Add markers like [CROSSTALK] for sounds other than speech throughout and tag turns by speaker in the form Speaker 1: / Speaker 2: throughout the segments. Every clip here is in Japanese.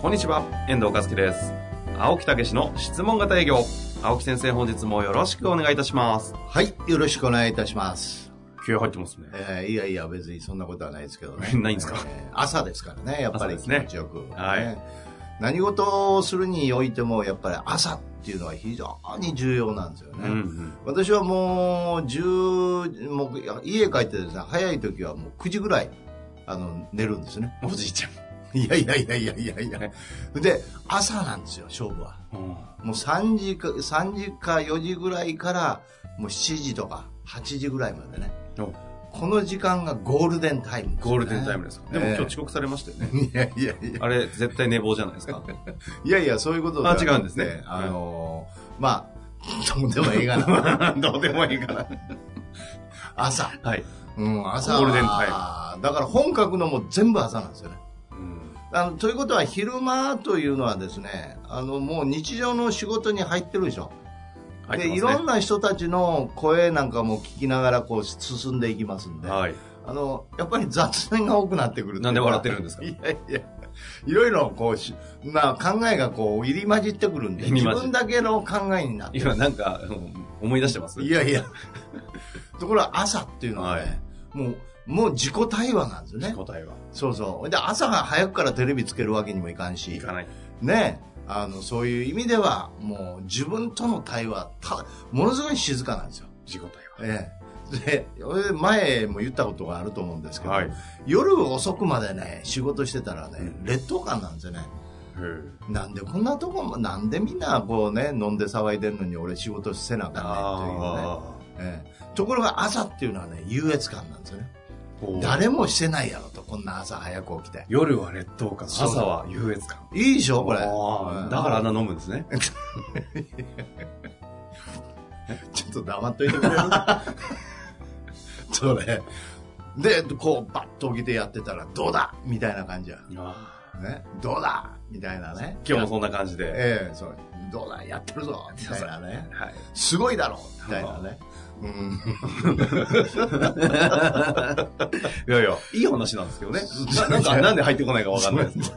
Speaker 1: こんにちは、遠藤和樹です。青木武の質問型営業。青木先生、本日もよろしくお願いいたします。
Speaker 2: はい、よろしくお願いいたします。
Speaker 1: 気合入ってますね。
Speaker 2: えーいやいや、別にそんなことはないですけどね。
Speaker 1: [LAUGHS] ないんですか
Speaker 2: えー朝ですからね、やっぱ
Speaker 1: 朝
Speaker 2: り
Speaker 1: です
Speaker 2: 気
Speaker 1: ね
Speaker 2: 持ちよく、
Speaker 1: はい
Speaker 2: 何事をするにおいても、やっぱり朝っていうのは非常に重要なんですよね。
Speaker 1: うんうん。
Speaker 2: 私はもう、10、もういや家帰ってですね、早い時はもう9時ぐらい、あの、寝るんです
Speaker 1: [LAUGHS]
Speaker 2: ね。
Speaker 1: おじいちゃ
Speaker 2: いやいやいやいやいやいや。で、朝なんですよ、勝負は。
Speaker 1: ん。うん
Speaker 2: もう3時か、3時か4時ぐらいから、もう7時とか8時ぐらいまでね。
Speaker 1: お
Speaker 2: この時間がゴールデンタイムですね、
Speaker 1: ゴールデンタイムですか。でも今日遅刻されましたよね。
Speaker 2: いやいやいや、
Speaker 1: あれ、絶対寝坊じゃないですか。
Speaker 2: いやいや、そういうことはなくて
Speaker 1: あ違うんですね
Speaker 2: あのーまあ、どうでもいいがな。
Speaker 1: [LAUGHS] [LAUGHS] どうでもいいから。
Speaker 2: 朝。
Speaker 1: はい。
Speaker 2: うん、朝は。
Speaker 1: ゴールデンタイ
Speaker 2: だから本書くのも全部朝なんですよね。
Speaker 1: うん
Speaker 2: あのということは昼間というのはですねあのもう日常の仕事に入ってるでしょ、
Speaker 1: 入ってますね
Speaker 2: でいろんな人たちの声なんかも聞きながらこう進んでいきますんで、
Speaker 1: はい。
Speaker 2: あのやっぱり雑念が多くなってくるっていうか
Speaker 1: なんで笑ってるんですか
Speaker 2: いやいやいろいろこうしな考えがこう入り混じってくるんで
Speaker 1: 入り
Speaker 2: 自
Speaker 1: 混じる
Speaker 2: 分だけの考えになって
Speaker 1: 今なんか、うん思い出してます
Speaker 2: いやい [LAUGHS] やところが朝っていうのはね、
Speaker 1: はい
Speaker 2: もうもう自己対話なんですよね
Speaker 1: 答えは。
Speaker 2: そうそうで朝が早くからテレビつけるわけにもいかんし
Speaker 1: いかない。
Speaker 2: ねあのそういう意味ではもう自分との対話ただものすごい静かなんですよ、
Speaker 1: 自己対話。
Speaker 2: ええ、で俺前も言ったことがあると思うんですけど、
Speaker 1: はい
Speaker 2: 夜遅くまでね仕事してたらね、
Speaker 1: うん
Speaker 2: 劣等感なんですよね
Speaker 1: うん
Speaker 2: なんでこんなとこもなんでみんなこうね飲んで騒いでるのに俺仕事せなあか
Speaker 1: あ
Speaker 2: んねんというね、ええ、ところが朝っていうのはね優越感なんですよね
Speaker 1: ー。
Speaker 2: 誰もしてないやろとこんな朝早く起きて
Speaker 1: 夜は劣等感、
Speaker 2: そう
Speaker 1: 朝は優越感。
Speaker 2: いいでしょこれ
Speaker 1: あ
Speaker 2: う
Speaker 1: ー
Speaker 2: ん
Speaker 1: だからあんな飲むんですね。
Speaker 2: ちょっと黙っといてくれ
Speaker 1: [LAUGHS]
Speaker 2: るそれ。で、こう、バッと起きてやってたら、どうだみたいな感じや。ね。どうだみたいなね。
Speaker 1: 今日もそんな感じで。
Speaker 2: ええそう。どうだやってるぞみたいなね。
Speaker 1: はい。
Speaker 2: すごいだろみたいなね。うん。
Speaker 1: いやいや、いい話なんですけどね。ななん [LAUGHS] か、なんで入ってこないかわかんないです。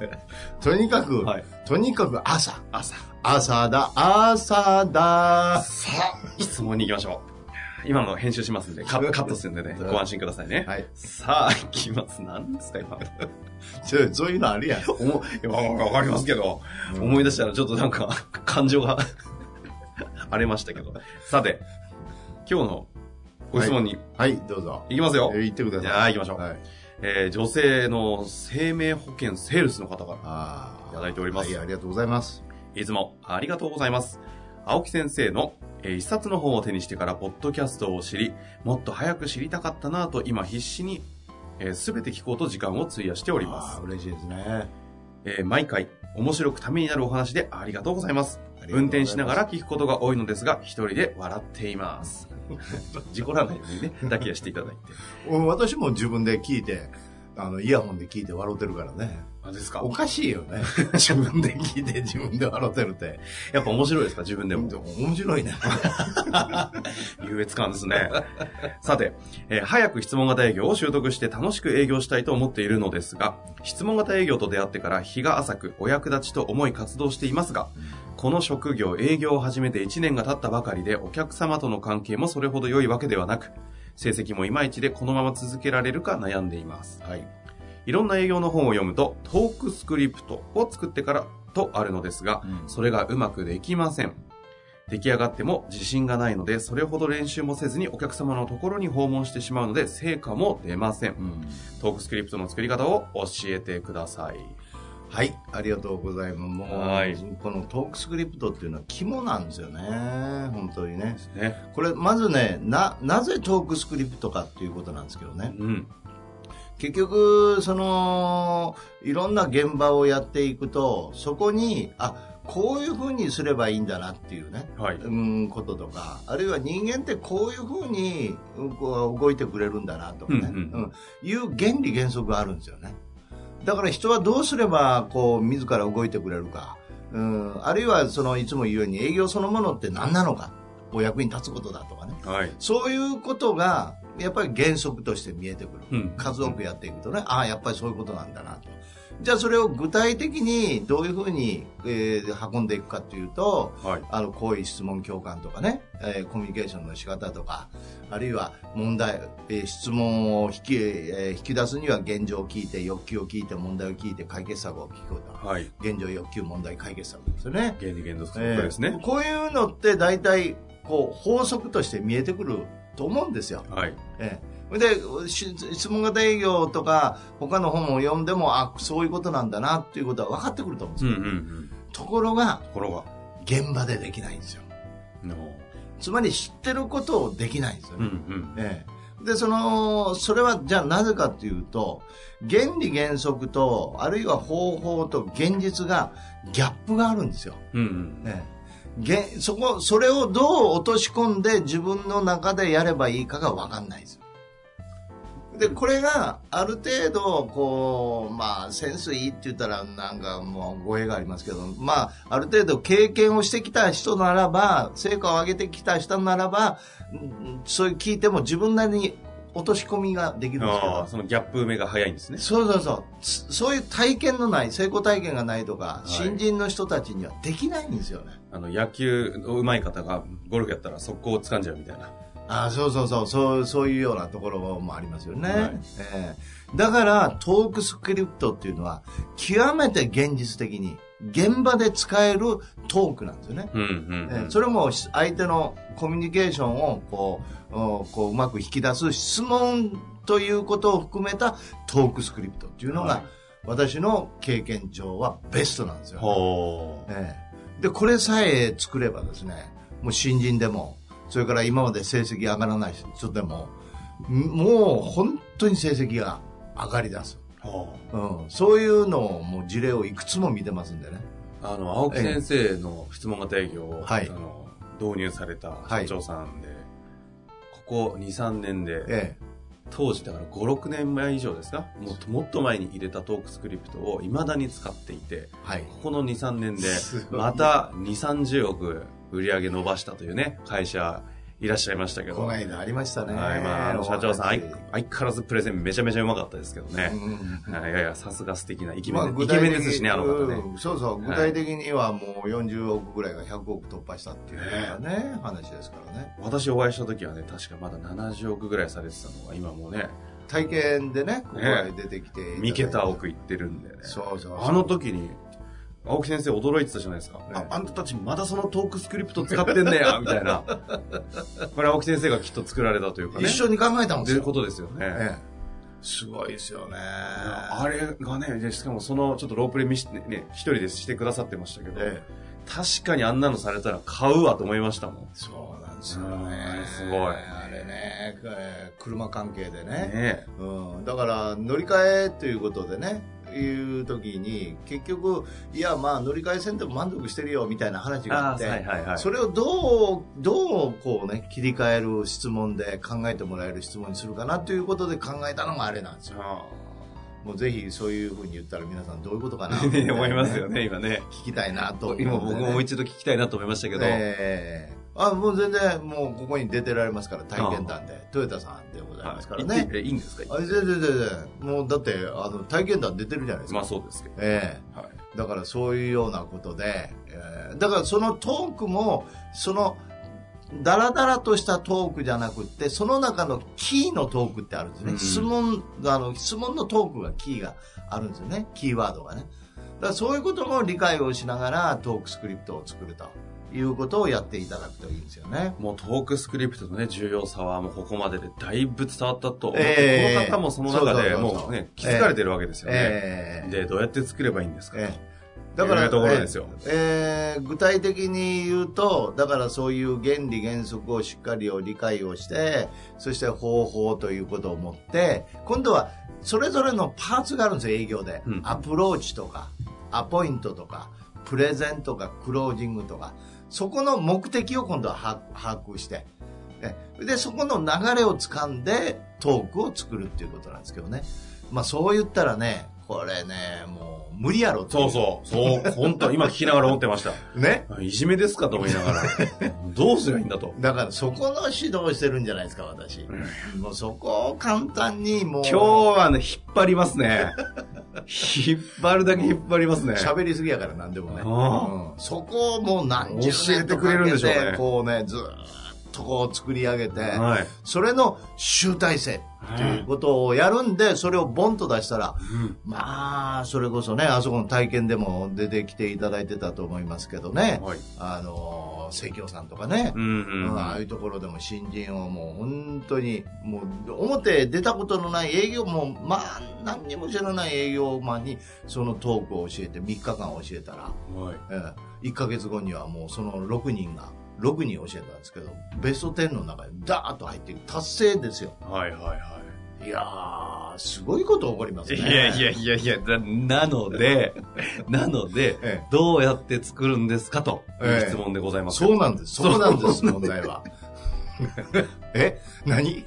Speaker 2: とにかく、
Speaker 1: はい
Speaker 2: とにかく朝。
Speaker 1: 朝、
Speaker 2: 朝だ、朝だ。
Speaker 1: さあ、質問に行きましょう。今の編集しますんで、カカットするんでね、ご安心くださいね。
Speaker 2: はい。
Speaker 1: さあ、行きます。何ですか、 [LAUGHS] 今。
Speaker 2: ちょそういうのあるやん。
Speaker 1: 思いや、わかりますけど、思い出したらちょっとなんか、 [LAUGHS] 感情が、荒れましたけど。さて、今日のご質問に
Speaker 2: はい、どうぞ。
Speaker 1: 行きますよ。
Speaker 2: え言ってくだ
Speaker 1: じ
Speaker 2: さい。
Speaker 1: ゃあ、行きましょう。
Speaker 2: はい。
Speaker 1: えー女性の生命保険セールスの方から。
Speaker 2: ああ。
Speaker 1: いただいております
Speaker 2: はい、ありがとうございます。
Speaker 1: いつもありがとうございます。青木先生の、えー一冊の本を手にしてからポッドキャストを知り、もっと早く知りたかったなぁと今必死に、えー、全て聞こうと時間を費やしておりま
Speaker 2: あ
Speaker 1: す
Speaker 2: ー。嬉しいですね。
Speaker 1: えー毎回面白くためになるお話でありがとうございます。運転しながら聞くことが多いのですが、一人で笑っています。 [LAUGHS] 事故らないようにね、抱き合いしていただいて。
Speaker 2: うん私も自分で聞いて、あの、イヤホンで聞いて笑ってるからね。
Speaker 1: あですか
Speaker 2: おかしいよ
Speaker 1: [LAUGHS]
Speaker 2: ね。自分で聞いて自分で笑ってるって。
Speaker 1: やっぱ面白いですか自分で
Speaker 2: で
Speaker 1: も。
Speaker 2: も、面白いね。
Speaker 1: 優越感ですね。さて、えー早く質問型営業を習得して楽しく営業したいと思っているのですが、質問型営業と出会ってから日が浅くお役立ちと思い活動していますが、この職業、営業を始めて1年が経ったばかりでお客様との関係もそれほど良いわけではなく、成績もいまいちでこのまま続けられるか悩んでいます。
Speaker 2: はい。
Speaker 1: いろんな営業の本を読むと、トークスクリプトを作ってからとあるのですが、
Speaker 2: うん
Speaker 1: それがうまくできません。出来上がっても自信がないので、それほど練習もせずにお客様のところに訪問してしまうので、成果も出ません。トークスクリプトの作り方を教えてください。
Speaker 2: はい、ありがとうございます。もう、
Speaker 1: はい
Speaker 2: このトークスクリプトっていうのは肝なんですよね。本当にね。
Speaker 1: ね。
Speaker 2: これ、まずね、な、なぜトークスクリプトかっていうことなんですけどね。
Speaker 1: うん。
Speaker 2: 結局、その、いろんな現場をやっていくと、そこに、あ、こういうふうにすればいいんだなっていうね、
Speaker 1: はい。
Speaker 2: うん、こととか、あるいは人間ってこういうふうにうんこう動いてくれるんだなとかね、
Speaker 1: うんうん
Speaker 2: うんいう原理原則があるんですよね。だから人はどうすれば、こう、自ら動いてくれるか、うん、あるいは、その、いつも言うように営業そのものって何なのか、お役に立つことだとかね。
Speaker 1: はい。
Speaker 2: そういうことが、やっぱり原則として見えてく
Speaker 1: う
Speaker 2: る。
Speaker 1: ん
Speaker 2: 数多くやっていくとね、ああ、やっぱりそういうことなんだなと。じゃあそれを具体的にどういうふうに、えー運んでいくかというと、
Speaker 1: はい。
Speaker 2: あの、行為質問共感とかね、えーコミュニケーションの仕方とか、あるいは問題、えー質問を引き、えー引き出すには現状を聞いて、欲求を聞いて、問題を聞いて、解決策を聞くとか、
Speaker 1: はい。
Speaker 2: 現状、欲求、問題、解決策ですよね。
Speaker 1: 原理原則
Speaker 2: ええ
Speaker 1: ですね。
Speaker 2: こういうのって大体こう法則として見えてくると思うんですよ。
Speaker 1: はい。
Speaker 2: ええ、でし質問型営業とか他の本を読んでもあそういうことなんだなっていうことは分かってくると思うんで
Speaker 1: う
Speaker 2: す
Speaker 1: んう
Speaker 2: よ、
Speaker 1: んうん。
Speaker 2: ところが
Speaker 1: ところが。
Speaker 2: 現場でできないんですよ
Speaker 1: の
Speaker 2: つまり知ってることをできないんですよ
Speaker 1: うんう
Speaker 2: ね、
Speaker 1: ん。
Speaker 2: ええ、でそのそれはじゃあなぜかというと原理原則とあるいは方法と現実がギャップがあるんですよ
Speaker 1: うんうん。
Speaker 2: ね、げそこそれをどう落とし込んで自分の中でやればいいかが分かんないですでこれがある程度こうまあセンスいいって言ったらなんかもう語弊がありますけどまあある程度経験をしてきた人ならば成果を上げてきた人ならばうんそういう聞いても自分なりに落とし込みができるんですけ
Speaker 1: あ
Speaker 2: ど
Speaker 1: あ、そのギャップ目が早いんですね。
Speaker 2: そうそうそうつそういう体験のない成功体験がないとか、
Speaker 1: い
Speaker 2: 新人の人たちにはできないんですよね
Speaker 1: あの、野球の上手い方がゴルフやったら速攻を掴んじゃうみたいな。
Speaker 2: あそうそうそうそうそういうようなところもありますよね、
Speaker 1: はい
Speaker 2: ええだからトークスクリプトっていうのは極めて現実的に現場で使えるトークなんですよね、
Speaker 1: うんうん
Speaker 2: え
Speaker 1: う
Speaker 2: え
Speaker 1: ん。
Speaker 2: それも相手のコミュニケーションをこうおこううまく引き出す質問ということを含めたトークスクリプトっていうの
Speaker 1: は
Speaker 2: が
Speaker 1: い
Speaker 2: 私の経験上はベストなんですよ、
Speaker 1: ほ
Speaker 2: ええ、でこれさえ作ればですねもう新人でもそれから今まで成績上がらない人でもんもう本当に成績が上がりだす、
Speaker 1: う。ほう。
Speaker 2: うん、そういうのをもう事例をいくつも見てますんでね
Speaker 1: あの、青木先生の質問型営業を、
Speaker 2: はい
Speaker 1: あの、導入された社長さんで、ここ2、3年で、
Speaker 2: え
Speaker 1: 当時だから5、6年前以上ですかもっともっと前に入れたトークスクリプトを未だに使っていて、
Speaker 2: えはい、
Speaker 1: ここの2、3年です
Speaker 2: ごい
Speaker 1: また2、30億売り上げ伸ばしたというね、会社いらっしゃいましたけど。
Speaker 2: この
Speaker 1: はい、
Speaker 2: 間ありましたね、
Speaker 1: まああの、社長さん、相相変わらずプレゼンめちゃめちゃうまかったですけどね。 [LAUGHS]
Speaker 2: うん
Speaker 1: はいいやいや、さすが素敵なイケメ
Speaker 2: まあ
Speaker 1: ンで、
Speaker 2: 具
Speaker 1: イケ
Speaker 2: 体
Speaker 1: メン
Speaker 2: 的
Speaker 1: ですしね、あの方ね。
Speaker 2: うんそうそう具体的にはもう40億ぐらいが100億突破したっていうようなね、話ですからね
Speaker 1: 私お会いした時はね、確かまだ70億ぐらいされてたのが、今もうね、
Speaker 2: 体験でねここへ出てきていただいて
Speaker 1: 三桁億いってるんでね。
Speaker 2: そうそうそう
Speaker 1: あの時に、青木先生驚いてたじゃないですか。あ
Speaker 2: ええ
Speaker 1: あんたたちまだそのトークスクリプト使ってんね
Speaker 2: [LAUGHS]
Speaker 1: や、みたいな。これ青木先生がきっと作られたというかね。
Speaker 2: 一緒に考えたん
Speaker 1: と
Speaker 2: です
Speaker 1: いう
Speaker 2: よ
Speaker 1: ことですよね。
Speaker 2: ええ、すごいですよね。
Speaker 1: あれがね、でしかもそのちょっとロープレイ見してね、一人でしてくださってましたけど、
Speaker 2: ええ
Speaker 1: 確かにあんなのされたら買うわと思いましたもん。ね
Speaker 2: そうなんですよ
Speaker 1: う
Speaker 2: ね
Speaker 1: ん。すごい
Speaker 2: あれね、えー車関係でね。
Speaker 1: え。
Speaker 2: うん、だから乗り換えということでね、いう時に、結局、いや、まあ乗り換えせんでも満足してるよみたいな話があ
Speaker 1: あ
Speaker 2: っ
Speaker 1: あ、
Speaker 2: て、
Speaker 1: はいはいはい。
Speaker 2: それをどう、どうこうね、切り替える質問で考えてもらえる質問にするかなということで考えたのがあれなんですよ。
Speaker 1: あ
Speaker 2: もうぜひそういうふうに言ったら皆さんどういうことかな
Speaker 1: あ [LAUGHS] [LAUGHS] ね思いますよ。ね、今ね。
Speaker 2: 聞きたいなと思うんでね、
Speaker 1: 今僕ももう一度聞きたいなと思いましたけど、
Speaker 2: ええあもう全然もうここに出てられますから体験談でトヨタさんでございますから
Speaker 1: はいい
Speaker 2: ね
Speaker 1: いえいいんですか
Speaker 2: あ全然全然もうだってあの体験談出てるじゃないですか、
Speaker 1: まあそうですけど。
Speaker 2: ええ
Speaker 1: はい。
Speaker 2: だからそういうようなことで、ええだからそのトークもそのダラダラとしたトークじゃなくってその中のキーのトークってあるんですね、
Speaker 1: うん
Speaker 2: 質問あの質問のトークがキーがあるんですよねキーワードがねだからそういうことも理解をしながらトークスクリプトを作るということをやっていただくといいんですよね
Speaker 1: もうトークスクリプトのね、重要さはもうここまででだいぶ伝わったと思って、
Speaker 2: ええ
Speaker 1: この方もその中で
Speaker 2: そうそうそうそう
Speaker 1: もうね、気づかれてるわけですよね。
Speaker 2: ええ
Speaker 1: で、どうやって作ればいいんですか、
Speaker 2: ええ
Speaker 1: だから、いうところですよ。
Speaker 2: えー具体的に言うとだからそういう原理原則をしっかりを理解をしてそして方法ということを持って今度はそれぞれのパーツがあるんですよ、営業で。
Speaker 1: うん
Speaker 2: アプローチとか、アポイントとか、プレゼントとか、クロージングとか、そこの目的を今度は把把握して、えで、そこの流れを掴んで、トークを作るっていうことなんですけどね。まあそう言ったらね、これね、もう無理やろ
Speaker 1: そうそう、そう、本当今聞きながら思ってました。
Speaker 2: う。ね。
Speaker 1: いじめですかと思いなが [LAUGHS] ら、どうすりゃいいんだと。
Speaker 2: だからそこの指導をしてるんじゃないですか私もうそこを簡単にもう
Speaker 1: 今日はね、引っ張りますね。引っ張るだけ引っ張りますね。
Speaker 2: 喋りすぎやから何でもね、
Speaker 1: あ
Speaker 2: うんそこをもう何
Speaker 1: 教え
Speaker 2: 十年
Speaker 1: て
Speaker 2: と
Speaker 1: くれ
Speaker 2: か
Speaker 1: るん
Speaker 2: け
Speaker 1: でしょうね
Speaker 2: てこうねずーっとこう作り上げて、
Speaker 1: はい。
Speaker 2: それの集大成っていうことをやるんでそれをボンと出したら
Speaker 1: うん
Speaker 2: まあそれこそねあそこの体験でも出てきていただいてたと思いますけどね、
Speaker 1: はい。
Speaker 2: あのー、清京さんとかね、
Speaker 1: うんう
Speaker 2: うん
Speaker 1: ん。
Speaker 2: ああいうところでも新人をもう本当にもう表出たことのない営業もまあ何にも知らない営業マンにそのトークを教えて3日間教えたら、
Speaker 1: はい。
Speaker 2: え1ヶ月後にはもうその6人が6人教えたんですけどベスト10の中にダーッと入って達成ですよ
Speaker 1: はいはいはい
Speaker 2: やーすごいこと起こります
Speaker 1: い。
Speaker 2: ね
Speaker 1: いやいやいやいや、ななので、
Speaker 2: [LAUGHS]
Speaker 1: なので、
Speaker 2: ええ
Speaker 1: どうやって作るんですかという質問でございます。
Speaker 2: そうなんですそうなんです問題は [LAUGHS] え何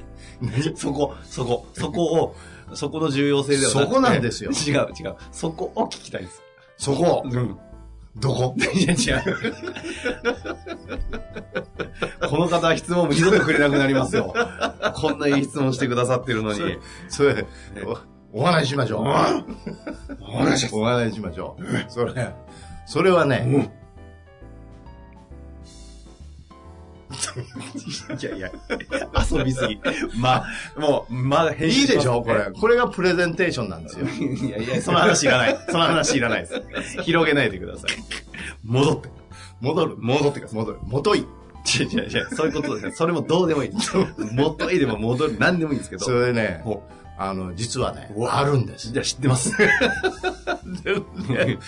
Speaker 1: [LAUGHS]
Speaker 2: 何
Speaker 1: そこ、そこ、そこを、そこの重要性ではくて
Speaker 2: そこなんですよ
Speaker 1: [LAUGHS] 違う違う。そこを聞きたいです。
Speaker 2: そこ
Speaker 1: うん。
Speaker 2: どこ
Speaker 1: いや違う。 [LAUGHS] この方は質問も二度とくれなくなります
Speaker 2: [LAUGHS]
Speaker 1: よ。こんないい質問してくださってるのに。
Speaker 2: それ、おお話ししましょう。
Speaker 1: お願いします
Speaker 2: お話ししましょう。それ、それはね、
Speaker 1: いやいや、遊びすぎ。まあ、もう、まだ編
Speaker 2: い
Speaker 1: 集
Speaker 2: いでし
Speaker 1: ま
Speaker 2: ょ
Speaker 1: す
Speaker 2: これ。。これがプレゼンテーションなんですよ。
Speaker 1: いやいや、その話いらない。その話いらないです。広げないでください。戻って。
Speaker 2: 戻る。
Speaker 1: 戻ってくださ
Speaker 2: 戻る。元い。
Speaker 1: い。違う違う違う。そういうことですね。それもどうでもいいです。元いでも戻る。何でもいいんですけど。
Speaker 2: それでね
Speaker 1: お、
Speaker 2: あの、実はね
Speaker 1: う、わ
Speaker 2: あるんです。
Speaker 1: じゃあ知って [LAUGHS] ます。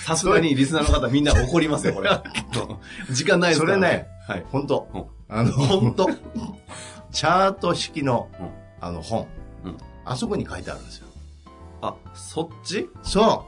Speaker 1: さすがにリスナーの方みんな怒りますよ、 [LAUGHS] これ。時間ないですから。
Speaker 2: それね。
Speaker 1: はい。
Speaker 2: 本当
Speaker 1: うん
Speaker 2: あの、本当チャート式の
Speaker 1: うん、
Speaker 2: あの、本
Speaker 1: うん。
Speaker 2: あそこに書いてあるんですよ。
Speaker 1: あ、そっち
Speaker 2: そ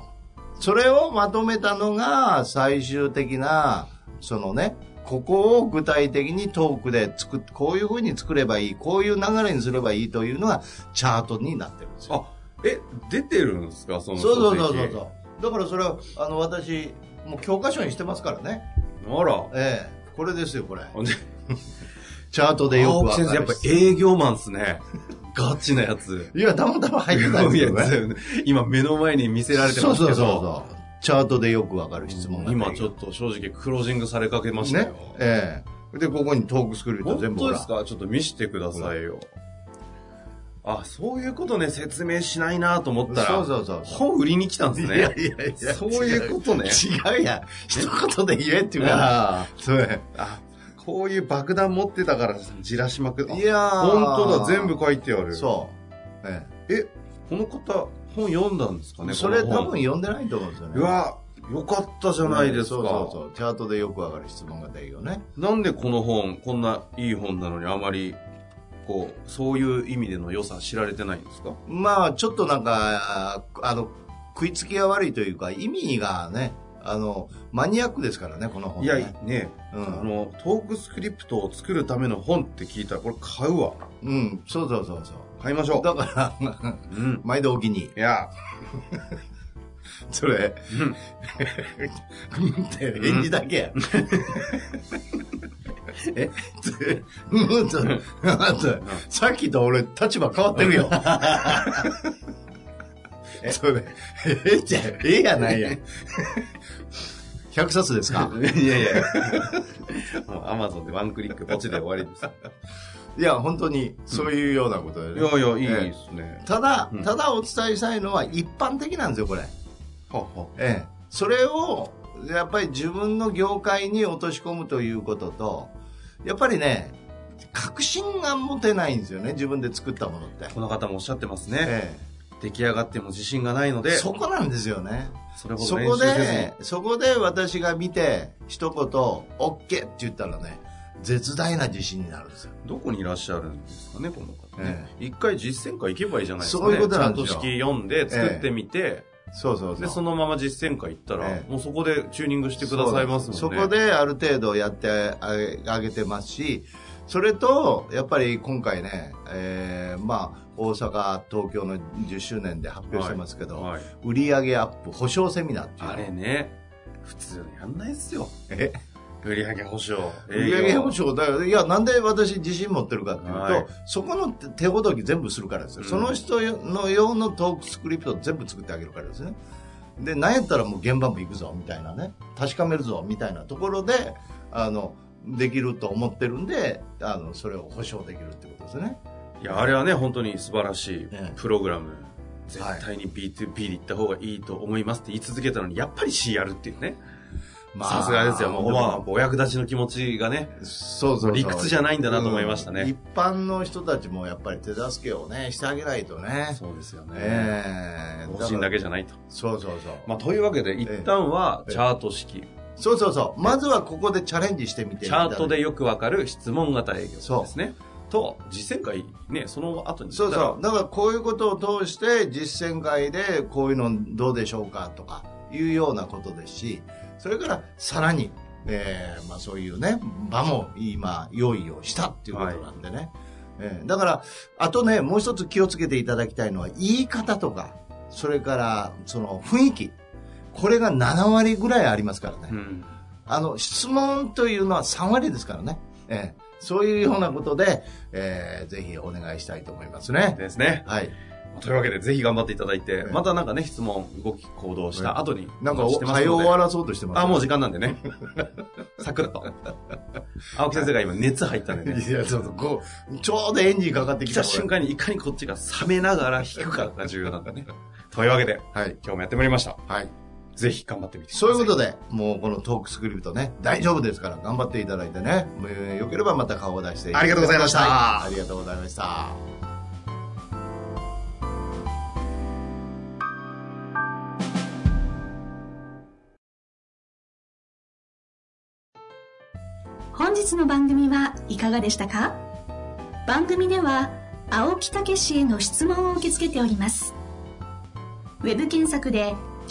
Speaker 2: う。それをまとめたのが最終的な、そのね、ここを具体的にトークで作っ、こういう風に作ればいい、こういう流れにすればいいというのがチャートになってるんですよ。
Speaker 1: あ、え、出てるんですかその
Speaker 2: そうそうそう
Speaker 1: 書
Speaker 2: そう
Speaker 1: 籍
Speaker 2: そう。だからそれは、あの、私、もう教科書にしてますからね。
Speaker 1: あら。
Speaker 2: ええ。これですよ、これ。
Speaker 1: ほんで
Speaker 2: チャートでよ
Speaker 1: 青
Speaker 2: く
Speaker 1: 木先
Speaker 2: わかる
Speaker 1: 生、やっぱ営業マンっすね。 [LAUGHS] ガチなやつ。
Speaker 2: いや、たまたま入ってないんで
Speaker 1: い
Speaker 2: す
Speaker 1: や
Speaker 2: よね。
Speaker 1: [LAUGHS] 今目の前に見せられて
Speaker 2: そ
Speaker 1: ま
Speaker 2: う
Speaker 1: すけ
Speaker 2: そうそう
Speaker 1: ど。
Speaker 2: そう。チャートでよくわかる質問が、
Speaker 1: 今ちょっと正直クロージングされかけました
Speaker 2: ね
Speaker 1: よ。。
Speaker 2: ええ。で、ここにトークスクリプト
Speaker 1: 本
Speaker 2: 全部
Speaker 1: 当
Speaker 2: ほ
Speaker 1: で
Speaker 2: ら
Speaker 1: すかちょっと見してくださいよ。あ、そういうことね、説明しないなと思ったら、
Speaker 2: そうそうそう。
Speaker 1: 本売りに来たんです
Speaker 2: いや
Speaker 1: ね。
Speaker 2: いやいや。
Speaker 1: そういうことね。
Speaker 2: 違うやん。一言で言えって言うから。
Speaker 1: あ
Speaker 2: そうや。
Speaker 1: ーあ、こういう爆弾持ってたから、じらしまく
Speaker 2: いやー
Speaker 1: 本当だ、全部書いてある。
Speaker 2: そう。え
Speaker 1: え、この方、本読んだんですか
Speaker 2: え
Speaker 1: ね
Speaker 2: それ
Speaker 1: この
Speaker 2: 多
Speaker 1: 本
Speaker 2: 分読んでないと思うんですよね。
Speaker 1: うわ、よかったじゃないですか。
Speaker 2: そうそうそう。チャートでよくわかる質問が出るよね。
Speaker 1: なんでこの本、こんないい本なのにあまり、こう、そういう意味での良さ知られてないんですか
Speaker 2: まあ、ちょっとなんか、ああの、食いつきが悪いというか、意味がね、あの、マニアックですからね、この本、
Speaker 1: い
Speaker 2: ね。
Speaker 1: や、ね、
Speaker 2: う
Speaker 1: あ
Speaker 2: ん。
Speaker 1: の、トークスクリプトを作るための本って聞いたら、これ買うわ。
Speaker 2: うん、そうそうそうそう。
Speaker 1: 買いましょう。
Speaker 2: だから、
Speaker 1: うん。
Speaker 2: 毎度お気に入り。
Speaker 1: いや、
Speaker 2: それ、
Speaker 1: うん
Speaker 2: [LAUGHS] うんって返事だけや。 [LAUGHS] え [LAUGHS] つうんと、あんたさっきと俺立場変わってるよ。 [LAUGHS] え [LAUGHS] それ、えじゃ、えやないや。100冊ですか
Speaker 1: [LAUGHS] いやいや、もうアマゾンでワンクリックポチで終わりです。
Speaker 2: いや、本当に、そういうようなことでね
Speaker 1: いやいや、いい
Speaker 2: ええ
Speaker 1: ですね。
Speaker 2: ただ
Speaker 1: うん、
Speaker 2: ただお伝えしたいのは一般的なんですよ、これ。
Speaker 1: はは。
Speaker 2: ええ、それをやっぱり自分の業界に落とし込むということとやっぱりね確信が持てないんですよね自分で作ったものって、
Speaker 1: この方もおっしゃってますね。
Speaker 2: え
Speaker 1: 出来上がっても自信がないので、
Speaker 2: え、そこなんですよね
Speaker 1: それほど
Speaker 2: そ
Speaker 1: 練
Speaker 2: こ
Speaker 1: 習せずに
Speaker 2: でそこで私が見て一言 OK って言ったらね絶大な自信になるんですよ。
Speaker 1: どこにいらっしゃるんですかね、この方ね
Speaker 2: え。
Speaker 1: 一、回実践会行けばいいじゃないですか、ね。
Speaker 2: そういうことなんです
Speaker 1: ちゃ
Speaker 2: よ
Speaker 1: んと式読んで作ってみて、
Speaker 2: そうそうそう。
Speaker 1: で、そのまま実践会行ったら、
Speaker 2: ええ
Speaker 1: もうそこでチューニングしてくださいますもんね。
Speaker 2: そうそこである程度やってあげあげてますし、それと、やっぱり今回ね、えーまあ、大阪、東京の10周年で発表してますけど、
Speaker 1: はい、
Speaker 2: 売上アップ保証セミナーっていうの
Speaker 1: あれね、普通やんないっすよ。
Speaker 2: え
Speaker 1: 売上保証。
Speaker 2: 売上保証だよいやなんで私自信持ってるかっていうと、
Speaker 1: はい
Speaker 2: そこの手ほどき全部するからですよ、
Speaker 1: うん
Speaker 2: その人の用のトークスクリプト全部作ってあげるからですねでなんやったらもう現場も行くぞみたいなね確かめるぞみたいなところであのできると思ってるんであのそれを保証できるってことですね
Speaker 1: いや、あれはね、本当に素晴らしい
Speaker 2: ええ
Speaker 1: プログラム。絶対に B2B で行った方がいいと思いますって言い続けたのに、やっぱり C やるっていうね。さすがですよ。もう、まあ、お役立ちの気持ちがね。
Speaker 2: そうそうそう
Speaker 1: 理屈じゃないんだなと思いましたね
Speaker 2: うん一般の人たちもやっぱり手助けをねしてあげないとね
Speaker 1: そうですよね。
Speaker 2: ええ
Speaker 1: 方針だけじゃないと。
Speaker 2: そうそうそう、
Speaker 1: まあ、というわけで、一旦は
Speaker 2: ええ
Speaker 1: チャート式。
Speaker 2: そうそうそう。まずはここでチャレンジしてみて
Speaker 1: チ
Speaker 2: いただ
Speaker 1: ャ
Speaker 2: いて
Speaker 1: ートでよくわかる質問型営業ですね。と、実践会ね、その後に。
Speaker 2: そうそう。だからこういうことを通して実践会でこういうのどうでしょうかとかいうようなことですし、それからさらに、えーまあそういうね、場も今用意をしたっていうことなんでね。えーだから、あとね、もう一つ気をつけていただきたいのは言い方とか、それからその雰囲気。これが7割ぐらいありますからね。
Speaker 1: うん。
Speaker 2: あの、質問というのは3割ですからね。ええそういうようなことで、ええぜひお願いしたいと思いますね。
Speaker 1: ですね。
Speaker 2: はい。
Speaker 1: というわけで、ぜひ頑張っていただいて
Speaker 2: え、え
Speaker 1: またなんかね、質問、動き、行動した後に。
Speaker 2: なんか
Speaker 1: お
Speaker 2: お、
Speaker 1: 待ちしてます
Speaker 2: 早
Speaker 1: の
Speaker 2: う
Speaker 1: で
Speaker 2: 終わらそうとしてます。
Speaker 1: あ、もう時間なんでね。 [LAUGHS] サクッと。青木先生が今熱入ったんでね。
Speaker 2: [LAUGHS] いや、ちょっとこう、ちょうどエンジンかかって
Speaker 1: 来
Speaker 2: きた
Speaker 1: た瞬。間にいかにこっちが冷めながら引くかが重要なんだね。というわけで、
Speaker 2: これはい。
Speaker 1: 今日もやってまいりました。
Speaker 2: はい。
Speaker 1: ぜひ頑張ってみてくださ
Speaker 2: そういうことで、もうこのトークスクリプトね、大丈夫ですから頑張っていただいてね。えーよければまた顔を出して。
Speaker 1: ありがとうございました
Speaker 2: はありがとうございました。
Speaker 3: 本日の番組はいかがでしたか番組では青木武氏への質問を受け付けておりますウェブ検索で「